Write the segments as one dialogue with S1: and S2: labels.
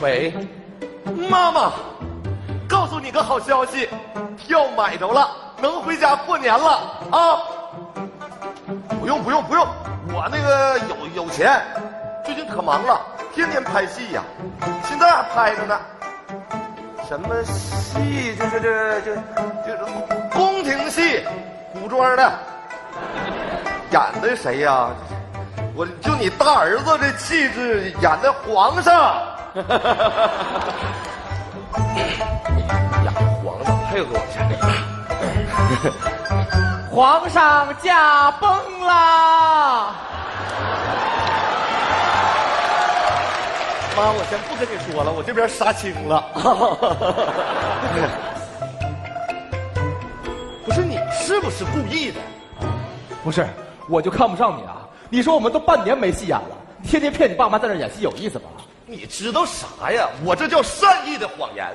S1: 喂，妈妈，告诉你个好消息，票买着了，能回家过年了啊！不用不用不用，我那个有有钱，最近可忙了，天天拍戏呀、现在还拍着呢。什么戏？就是这这就是宫廷戏，古装的。演的谁呀、我就你大儿子这气质，演的皇上。演皇上，配合我一下。
S2: 皇上驾崩啦！
S1: 妈，我先不跟你说了，我这边杀青了。 不是你是不是故意的？
S2: 不是，我就看不上你啊！你说我们都半年没戏演了，天天骗你爸妈在那儿演戏有意思吗？
S1: 你知道啥呀？我这叫善意的谎言，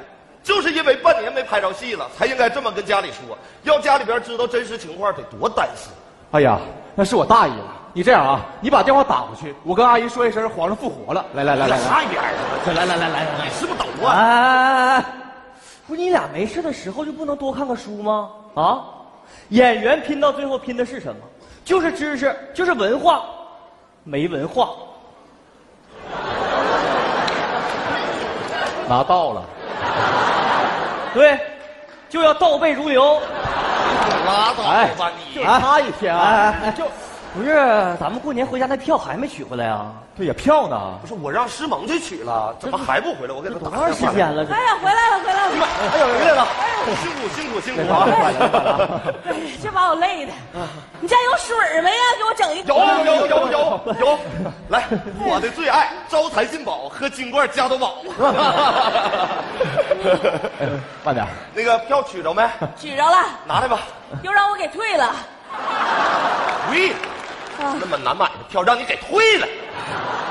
S1: 就是因为半年没拍着戏了，才应该这么跟家里说。要家里边知道真实情况，得多担心。
S2: 哎呀，那是我大意了。你这样啊，你把电话打过去，我跟阿姨说一声皇上复活了。来来来来来，
S1: 一边儿
S2: 来来来来来来
S1: 你，是不是抖
S3: 哎
S1: 啊？
S3: 哎哎，不是你俩没事的时候就不能多看看书吗？啊，演员拼到最后拼的是什么？就是知识，就是文化，没文化。
S2: 拿到了。
S3: 对，就要倒背如流。
S1: 拉
S2: 哎
S1: 倒吧你！
S3: 就差
S2: 一天啊
S3: 哎哎哎，就不是咱们过年回家那票还没取回来啊？
S2: 对呀，票呢
S1: 不？是我让师萌去取了，怎么还不回来？我给他打
S3: 多长时间了？这
S4: 哎呀，回来了，回来了！
S1: 哎呦，回来了！辛苦辛苦辛苦啊！
S4: 哎呀，这把我累的。你家有水没呀？给我整一
S1: 有
S4: 个。
S1: 有有有有，来，我的最爱招财进宝，喝金罐加多宝。
S2: 哎 慢点儿。
S1: 那个票取着没？
S4: 举着了，
S1: 拿来吧。
S4: 又让我给退了。
S1: 喂，那么难买的票让你给退了。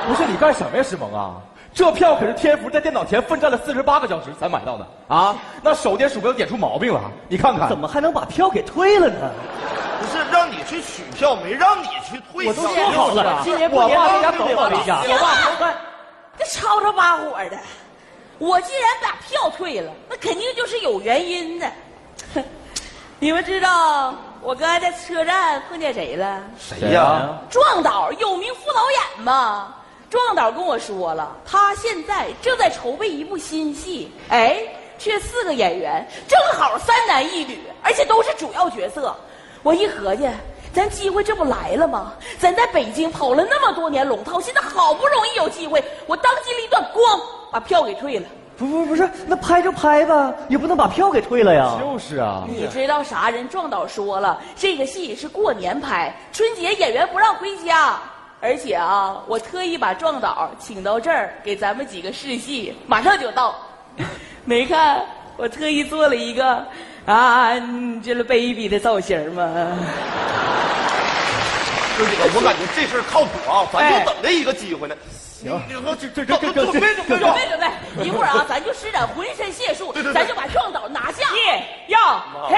S2: 不是你干什么呀，师萌啊？这票可是天福在电脑前奋战了四十八个小时才买到的啊！那手电鼠标点出毛病了，你看看
S3: 怎么还能把票给退了呢？
S1: 不是让你去取票，没让你去退。
S3: 我都说好了，今年过
S2: 我
S3: 年
S2: 爸
S3: 回家
S2: 就
S3: 走
S2: 得
S3: 我
S2: 回
S3: 回家。
S4: 家
S3: 我爸快，
S4: 这吵吵巴火的，我既然把票退了，那肯定就是有原因的。 你们知道我刚才在车站碰见谁了？
S1: 谁呀？
S4: 壮导有名副导演嘛。壮导跟我说了，他现在正在筹备一部新戏，哎，缺四个演员，正好三男一女，而且都是主要角色。我一合计，咱机会这不来了吗？咱在北京跑了那么多年龙套，现在好不容易有机会，我当机立断，咣把票给退了。
S3: 不不不是，那拍就拍吧，也不能把票给退了呀。
S2: 就是啊，
S4: 你知道啥？人壮导说了，这个戏是过年拍，春节演员不让回家。而且啊，我特意把壮导请到这儿给咱们几个试戏，马上就到。 没看我特意做了一个啊，Angelababy 的造型吗？
S1: 哥几个，我感觉这事儿靠谱啊，咱
S3: 哎
S1: 就等着一个机会呢。行，你说这这这这准备准 备
S4: 准备准备，一会儿啊，咱就施展浑身解数，咱就把壮导拿下。
S3: 一、要嘿、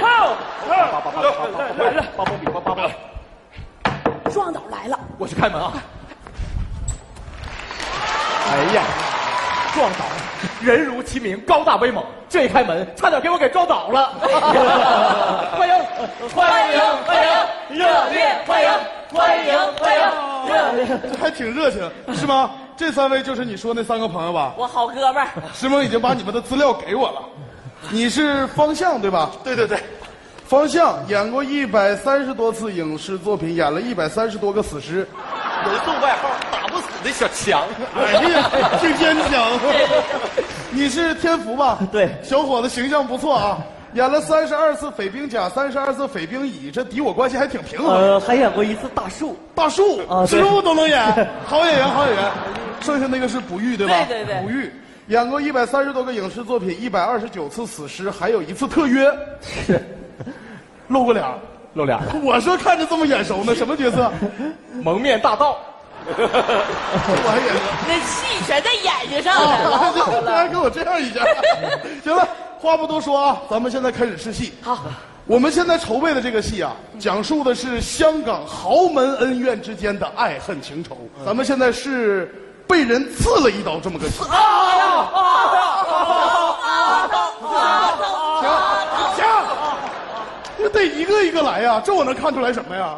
S3: 吼！哎
S2: 八包比八八包，
S4: 壮导来了，
S2: 我去开门啊！哎呀，撞倒了，人如其名，高大威猛。这一开门，差点给我给撞倒了。
S3: 哎
S2: 欢迎，欢迎，欢迎，热烈欢迎，欢迎，欢迎，热烈。
S3: 哎
S5: 还挺热情，是吗？这三位就是你说那三个朋友吧？
S4: 我好哥们儿。
S5: 石萌已经把你们的资料给我了。你是方向对吧？
S1: 对对对，
S5: 方向演过一百三十多次影视作品，演了一百三十多个死尸。
S1: 人送外号“打不死的小强
S5: 哎呀，挺坚强。你是天福吧？
S3: 对
S5: 小伙子形象不错啊，演了三十二次匪兵甲，三十二次匪兵乙，这敌我关系还挺平衡。
S3: 呃，还演过一次大树，
S5: 大树
S3: 啊
S4: 哦
S3: 对
S5: 植物 都能演，好演员，好演员。剩下那个是不遇，对吧？
S4: 对对对
S5: 不遇演过一百三十多个影视作品，一百二十九次死尸，还有一次 特约，露过脸儿。
S2: 露脸了，
S5: 我说看着这么眼熟呢，什么角 色？
S2: 蒙面大盗。
S5: 我还眼熟。
S4: 那气全在眼睛上
S5: 哦
S4: 了。
S5: 突然给我这样一下，行了，话不多说啊，咱们现在开始试戏。好，我们现在筹备的这个戏啊，讲述的是香港豪门恩怨之间的爱恨情仇。咱们现在是被人刺了一刀这么个戏。行，这得一个一个来呀，这我能看出来什么呀？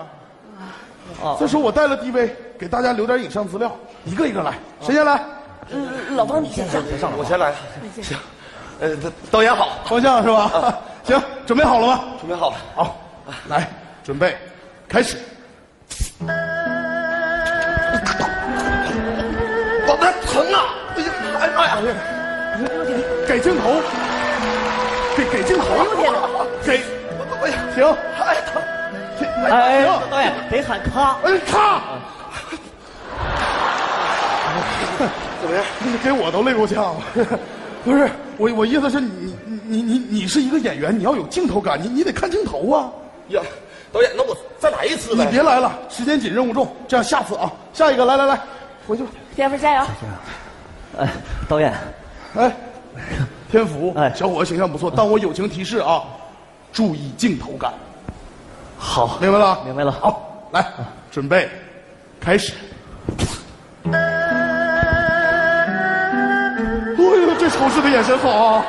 S5: 再说我带了 DV，给大家留点影像资料，一个一个来，谁先来？
S4: 老王，你先上。
S1: 我先来，行，呃，导演好，
S5: 方向是吧？ 行，准备好了吗？
S1: 准备好了。
S5: 好，来，准备，开始。
S1: 我那疼啊！哎呀，哎呀妈呀！
S5: 给镜头，给给镜头，给，
S1: 哎呀，
S5: 停，
S1: 哎疼！
S3: 哎，
S5: 哎
S3: 导演得喊咔，
S5: 哎，咔，
S1: 怎么样？
S5: 给我都累够呛了。不是，我我意思是你你你你你是一个演员，你要有镜头感，你你得看镜头啊。
S1: 呀，导演，那我再来一次
S5: 你
S1: 呗。
S5: 别来了，时间紧，任务重。这样，下次啊，下一个，来来来，回去吧。
S4: 天赋加油！
S3: 哎，导演，
S5: 哎，天福，
S3: 哎
S5: 小伙子形象不错，但我友情提示啊，注意镜头感，
S3: 好，
S5: 明白了？
S3: 明白了
S5: 好，来，准备，开始。哎呦，这仇视的眼神好啊！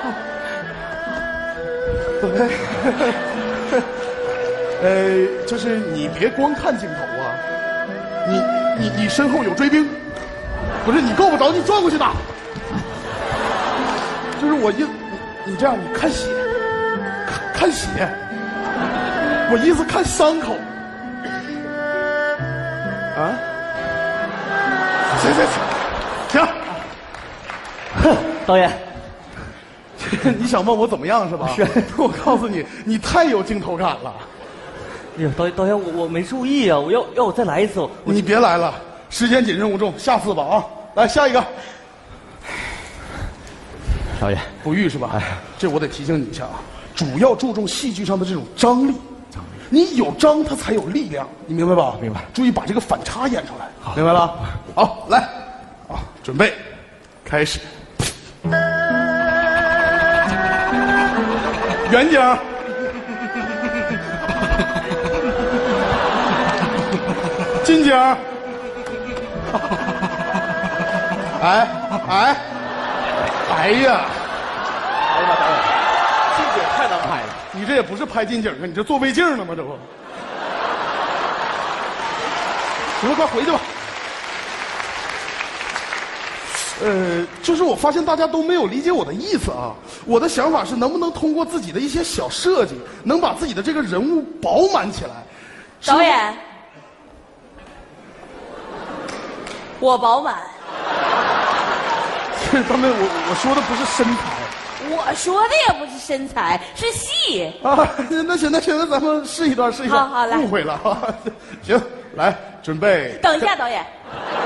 S5: 呃，就是你别光看镜头啊，你你你身后有追兵，不是你够不着，你转过去打。就是我一你你这样，你看血，看看血，我意思看伤口。啊？行行行，
S3: 导演，
S5: 行， 你想问我怎么样是吧？
S3: 是
S5: 我告诉你，你太有镜头感了。
S3: 哎呦，导演，导演，我我没注意啊，我要要我再来一次，我
S5: 你别来了，时间紧任务重，下次吧啊！来下一个，
S3: 导演，
S5: 不育是吧？这我得提醒你一下啊，主要注重戏剧上的这种张力，张力，你有张它才有力量，你明白吧？明白。注意把这个反差演出来，明白了？好，来，啊，准备，开始。远景儿， 近景儿，哎哎，哎呀！
S2: 近景太难拍了，
S5: 你这也不是拍近景啊，你这做胃镜呢吗？这不。行了，快回去吧。呃，就是我发现大家都没有理解我的意思啊。我的想法是，能不能通过自己的一些小设计，能把自己的这个人物饱满起来？是
S4: 导演，我饱满。
S5: 不是， 他们我我说的不是身材
S4: 我说的也不是身材，是戏。
S5: 啊。那行，那行，那咱们试一段，试一段。
S4: 好好来
S5: 误会了啊。 行，来，准备。
S4: 等一下，导演，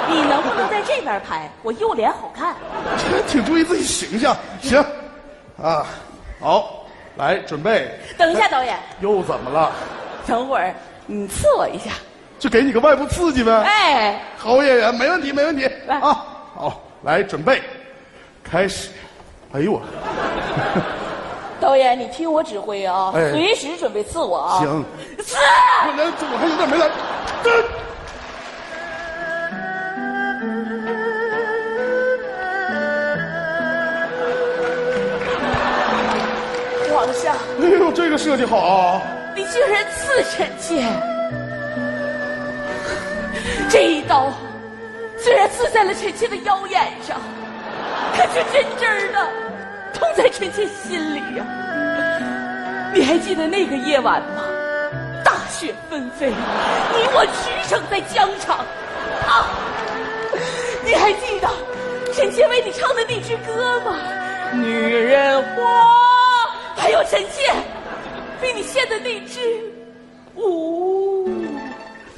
S4: 你能不能在这边拍？我右脸好看。
S5: 挺注意自己形象。行，啊，好，来准备。
S4: 等一下，导演，
S5: 又怎么了？
S4: 等会儿你刺我一下。
S5: 就给你个外部刺激呗。
S4: 哎，
S5: 好演员，没问题，没问题。
S4: 来
S5: 啊，好，来准备，开始。哎呦我，
S4: 导演，你听我指挥啊，
S5: 哎
S4: 随时准备刺我啊。
S5: 行，
S4: 刺！
S5: 我来，我还有点没来。这
S4: 皇上，
S5: 哎呦，这个设计好啊！
S4: 你居然刺臣妾！这一刀虽然刺在了臣妾的腰眼上，可却真真的痛在臣妾心里呀、你还记得那个夜晚吗？大雪纷飞，你我驰骋在疆场啊！你还记得臣妾为你唱的那支歌吗？女人花，还有臣妾为你献的那支舞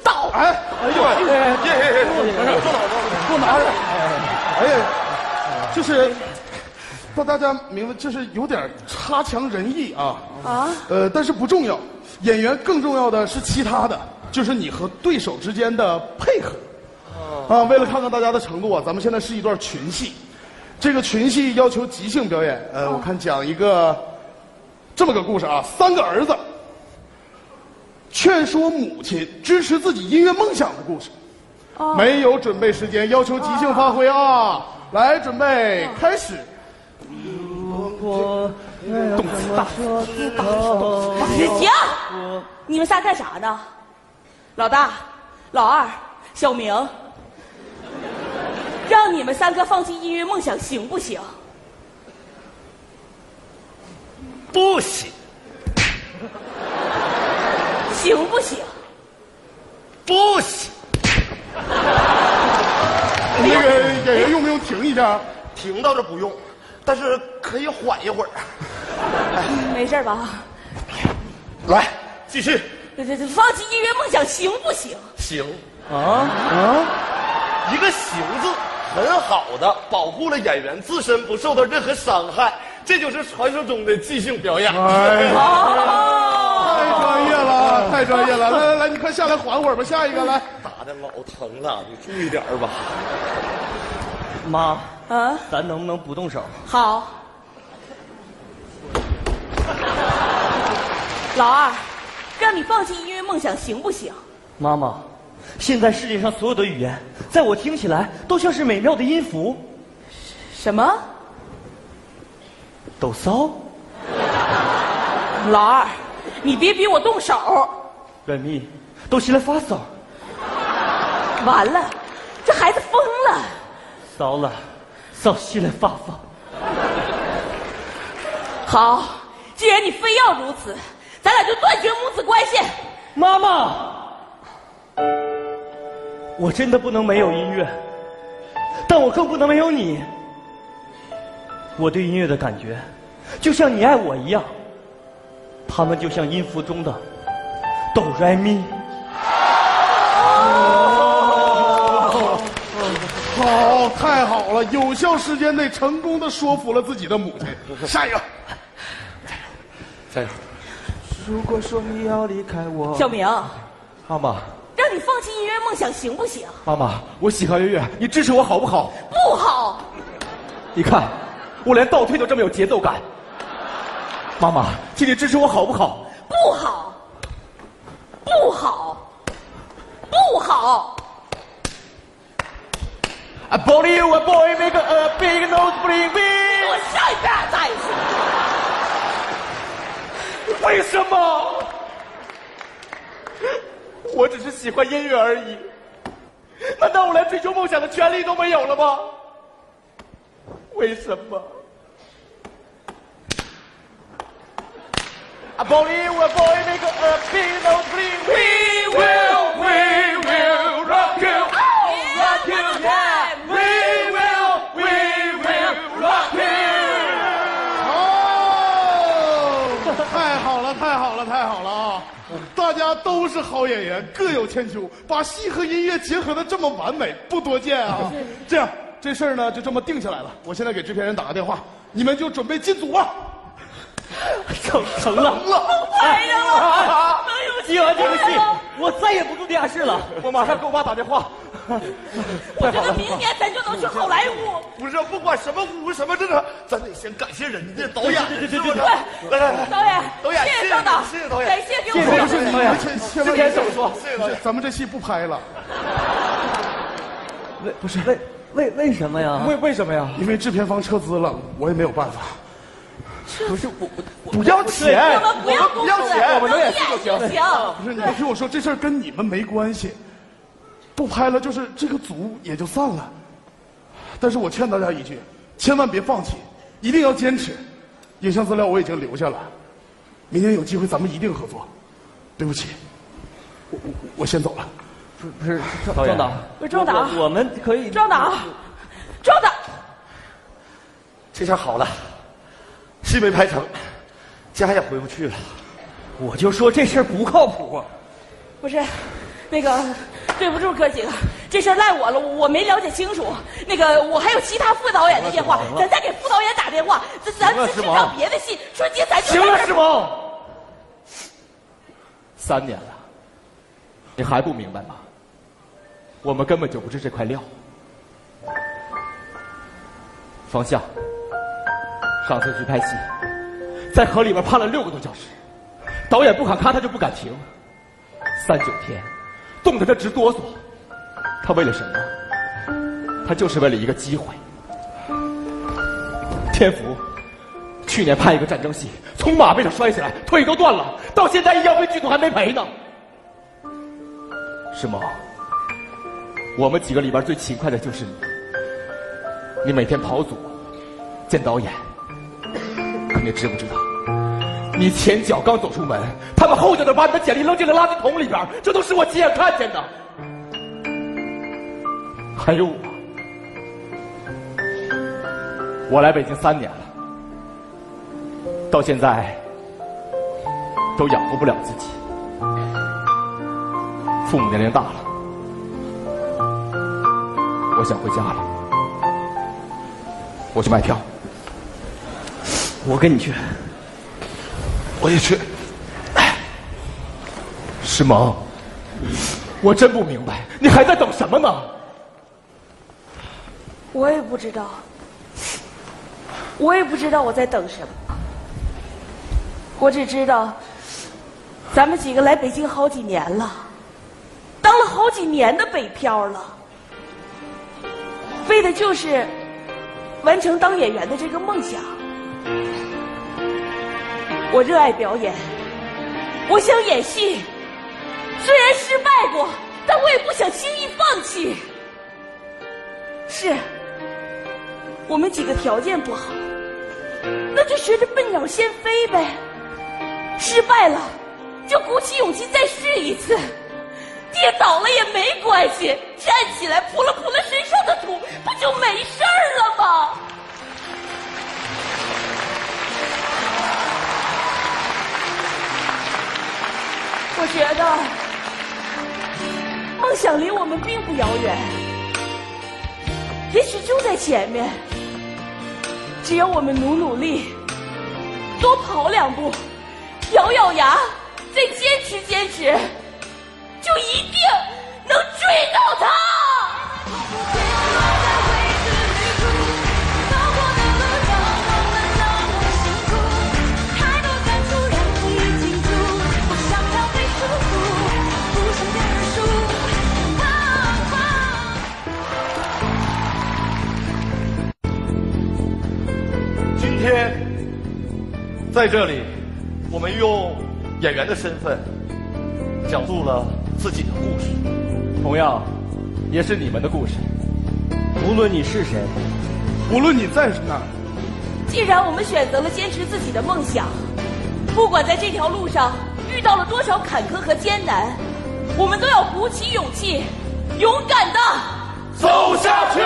S4: 蹈。
S5: 哎，哎呦，
S1: 耶耶耶！坐好，坐好。
S5: 给我拿着。哎呀，就是，大大家明白，就是有点差强人意啊。
S4: 啊，
S5: 呃，但是不重要，演员更重要的是其他的，就是你和对手之间的配合。啊，为了看看大家的程度啊，咱们现在是一段群戏，这个群戏要求即兴表演。呃，我看讲一个这么个故事啊，三个儿子劝说母亲支持自己音乐梦想的故事。哦没有准备时间，要求即兴发挥啊！来，准备开始。
S3: 我动词大词
S4: 停！你们仨干啥呢？老大、老二、小明，让你们三个放弃音乐梦想行不行？
S1: 不行，
S4: 行不行？
S1: 不行，
S5: 那个演员用不用停一下？
S1: 停到这不用，但是可以缓一会儿。
S4: 没事吧？
S1: 来，继续。
S4: 这这这，放弃音乐梦想行不行？
S1: 行，
S3: 啊！
S1: 一个“行”字，很好的保护了演员自身不受到任何伤害，这就是传说中的即兴表演。
S5: 哎呀，
S4: 哦，
S5: 太专业了，太专业了！来来来，你快下来缓会儿吧，下一个来。
S1: 打的老疼了，你注意点儿吧。
S3: 妈，
S4: 嗯，
S3: 咱能不能不动手？
S4: 好。老二，让你放弃音乐梦想行不行？
S3: 妈妈，现在世界上所有的语言，在我听起来都像是美妙的音符，
S4: 什么？
S3: 抖骚、
S4: 老二，你别逼我动手。
S3: 软蜜，都起来发骚，
S4: 完了，这孩子疯了。
S3: 骚了，骚起来发发。
S4: 好，既然你非要如此，咱俩就断绝母子关系。
S3: 妈妈，我真的不能没有音乐，但我更不能没有你。我对音乐的感觉，就像你爱我一样，他们就像音符中的哆来咪。
S5: 好，太好了！有效时间内成功的说服了自己的母亲。下一个，
S1: 加油！
S2: 如果说你要离开我，
S4: 小明，
S2: 妈妈，
S4: 让你放弃音乐梦想行不行？
S2: 妈妈，我喜欢音乐，你支持我好不好？
S4: 不好，
S2: 你看，我连倒退都这么有节奏感。妈妈，请你支持我好不好？
S4: 不好，不好，不好。
S2: 啊，boy, you a boy, make a big nose, bling bling。
S4: 我上一遍再一次。
S2: 为什么？我只是喜欢音乐而已，难道我连追求梦想的权利都没有了吗？为什么？啊，boy, we boy, make a big no bling, we will, we will rock you, rock you, yeah, we will, we will rock you。
S5: 哦，太好了，太好了，太好了啊！大家都是好演员，各有千秋，把戏和音乐结合的这么完美，不多见啊！这样，这事儿呢就这么定下来了。我现在给制片人打个电话，你们就准备进组啊吧。
S3: 成成了，
S4: 哎呀，我能 有
S3: 接完这个戏
S4: 机会吗，
S3: 我再也不住地下室了。
S2: 我马上给我爸打电 话。
S4: 我觉得明年咱就能去好莱坞。
S1: 不是，不管什么屋什么这个，咱得先感谢人家导演，是不是？来来来，
S4: 导演，
S1: 导演
S4: 谢
S1: 谢
S4: 谢
S1: 谢
S4: 张导，
S1: 谢谢导演
S4: 感谢给我
S3: 谢
S4: 们
S3: 谢
S5: 不是你
S3: 哎
S5: 们
S3: 呀
S5: 千千
S2: 制
S5: 万
S2: 片手说。
S1: 谢谢导演。
S5: 咱们这戏不拍了，
S3: 为不是为为为什么呀？
S2: 为为什么呀？
S5: 因为制片方撤资了，我也没有办法。
S1: 不要钱
S2: 哎
S4: 我们不要工
S1: 不要
S4: 资，
S1: 钱，
S2: 们能演戏
S4: 演
S2: 就行
S4: 哎行。
S5: 不是，你听我说，这事儿跟你们没关系。不拍了，就是这个组也就散了。但是我劝大家一句，千万别放弃，一定要坚持。影像资料我已经留下了，明年有机会咱们一定合作。对不起，我我我先走了。
S3: 不是壮导，啊
S4: 不是壮导
S3: 我我们可以
S4: 张导，张导，
S1: 这下好了，戏没拍成，家也回不去了。
S3: 我就说这事儿不靠谱。
S4: 不是，那个，对不住哥几个，这事儿赖我了，我没了解清楚。那个，我还有其他副导演的电话，咱再给副导演打电话，咱咱们去
S2: 行
S4: 去
S2: 了
S4: 找别的戏。春节咱就
S2: 行了，
S4: 在这
S2: 师傅，三年了，你还不明白吗？我们根本就不是这块料。方向，上次去拍戏，在河里边趴了六个多小时，导演不喊咔，他就不敢停，三九天，冻得他直哆嗦，他为了什么？他就是为了一个机会。天福，去年拍一个战争戏，从马背上摔下来，腿都断了，到现在医药费剧组还没赔呢。是吗？我们几个里边最勤快的就是你，你每天跑组，见导演，可你知不知道？你前脚刚走出门，他们后脚就把你的简历扔进了垃圾桶里边，这都是我亲眼看见的。还有我，我来北京三年了，到现在都养活不了自己，父母年龄大了，我想回家了，我去买票。
S3: 我跟你去。
S1: 我也去。
S2: 石萌，我真不明白，你还在等什么呢？
S4: 我也不知道，我也不知道我在等什么。我只知道，咱们几个来北京好几年了，当了好几年的北漂了，为的就是完成当演员的这个梦想。我热爱表演，我想演戏，虽然失败过，但我也不想轻易放弃。是，我们几个条件不好，那就学着笨鸟先飞呗。失败了，就鼓起勇气再试一次。跌倒了也没关系，站起来扑了扑了身上的土，不就没事儿了吗？我觉得，梦想离我们并不遥远。也许就在前面。只要我们努努力，多跑两步，咬咬牙，再坚持坚持，就一定能追到它。
S1: 今天在这里，我们用演员的身份讲述了自己的故事。
S2: 同样，也是你们的故事。
S3: 无论你是谁，
S5: 无论你在哪儿，
S4: 既然我们选择了坚持自己的梦想，不管在这条路上遇到了多少坎坷和艰难，我们都要鼓起勇气，勇敢的
S1: 走下去。